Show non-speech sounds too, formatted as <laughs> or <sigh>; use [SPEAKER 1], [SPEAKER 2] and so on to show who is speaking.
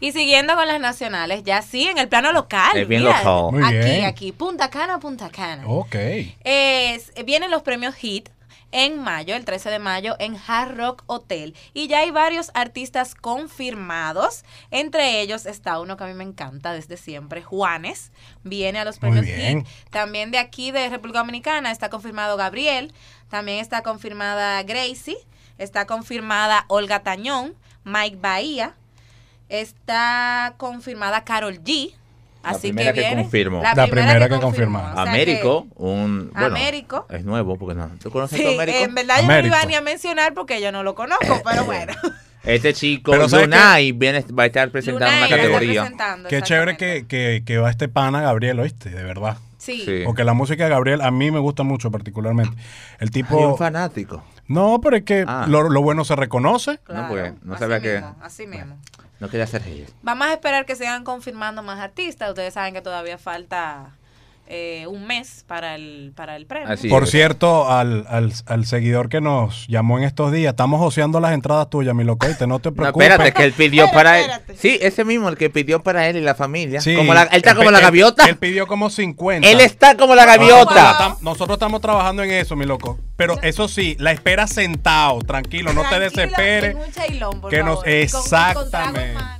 [SPEAKER 1] Y siguiendo con las nacionales, ya sí, en el plano local.
[SPEAKER 2] Es bien
[SPEAKER 1] mira,
[SPEAKER 2] local.
[SPEAKER 3] Muy
[SPEAKER 1] aquí,
[SPEAKER 3] bien. Oh,
[SPEAKER 1] aquí, Punta Cana, Punta Cana.
[SPEAKER 3] Ok.
[SPEAKER 1] Es- vienen los premios HIT en mayo, el 13 de mayo, en Hard Rock Hotel. Y ya hay varios artistas confirmados. Entre ellos está uno que a mí me encanta desde siempre, Juanes. Viene a los
[SPEAKER 3] Muy
[SPEAKER 1] premios
[SPEAKER 3] bien.
[SPEAKER 1] HIT. También de aquí, de República Dominicana, está confirmado Gabriel. También está confirmada Gracie. Está confirmada Olga Tañón, Mike Bahía. Está confirmada Carol G.
[SPEAKER 2] La
[SPEAKER 1] Así
[SPEAKER 2] primera que
[SPEAKER 1] que viene.
[SPEAKER 2] confirmó.
[SPEAKER 3] La primera que
[SPEAKER 1] confirmó.
[SPEAKER 3] confirmó.
[SPEAKER 1] O sea que-
[SPEAKER 2] Américo, un. Bueno,
[SPEAKER 1] Américo.
[SPEAKER 2] Es nuevo, porque no. ¿Tú conoces
[SPEAKER 1] Sí,
[SPEAKER 2] a Américo?
[SPEAKER 1] en verdad yo no lo iba
[SPEAKER 3] Américo.
[SPEAKER 1] ni a mencionar porque yo no lo conozco,
[SPEAKER 2] Eh,
[SPEAKER 1] pero
[SPEAKER 2] <laughs>
[SPEAKER 1] bueno.
[SPEAKER 2] Este chico,
[SPEAKER 3] Pero ¿sabes
[SPEAKER 2] Lunay, viene, va a estar presentando
[SPEAKER 1] Lunay
[SPEAKER 2] una
[SPEAKER 1] lo está
[SPEAKER 2] categoría.
[SPEAKER 1] presentando,
[SPEAKER 3] Qué chévere
[SPEAKER 1] exactamente.
[SPEAKER 3] que, que, que va este pana Gabriel, ¿oíste? De verdad.
[SPEAKER 1] Sí.
[SPEAKER 2] Sí.
[SPEAKER 3] Porque la música de Gabriel a mí me gusta mucho particularmente. El
[SPEAKER 2] Hay
[SPEAKER 3] tipo...
[SPEAKER 2] un fanático.
[SPEAKER 3] No, pero es que
[SPEAKER 2] Ah.
[SPEAKER 3] lo, lo bueno se reconoce.
[SPEAKER 1] claro,
[SPEAKER 2] No, pues, no
[SPEAKER 1] así
[SPEAKER 2] sabía que-
[SPEAKER 1] mismo, Así mismo.
[SPEAKER 2] No quería hacer ellos.
[SPEAKER 1] Vamos a esperar que sigan confirmando más artistas. Ustedes saben que todavía falta eh, un mes para el, para el premio.
[SPEAKER 2] Así Sí,
[SPEAKER 3] Por
[SPEAKER 2] es.
[SPEAKER 3] cierto, al, al- al seguidor que nos llamó en estos días, estamos joseando las entradas tuyas, mi locoite, no
[SPEAKER 2] <laughs>
[SPEAKER 3] te
[SPEAKER 2] No,
[SPEAKER 3] preocupes.
[SPEAKER 2] espérate, que él pidió para él.
[SPEAKER 1] Espérate.
[SPEAKER 2] Sí, ese mismo, el que pidió para él y la familia.
[SPEAKER 3] Sí,
[SPEAKER 2] Como la- él está
[SPEAKER 3] él-
[SPEAKER 2] como la
[SPEAKER 3] él-
[SPEAKER 2] gaviota.
[SPEAKER 3] Él pidió como 50.
[SPEAKER 2] Él está como la
[SPEAKER 3] Nosotros,
[SPEAKER 2] gaviota.
[SPEAKER 1] Wow.
[SPEAKER 3] tam- nosotros estamos trabajando en eso, mi loco. Pero eso sí, la espera sentado, tranquilo, no te
[SPEAKER 1] Tranquilo,
[SPEAKER 3] desesperes.
[SPEAKER 1] con un chailón, por
[SPEAKER 3] que nos-
[SPEAKER 1] favor, y con- y con trago en
[SPEAKER 3] exactamente.
[SPEAKER 1] mano.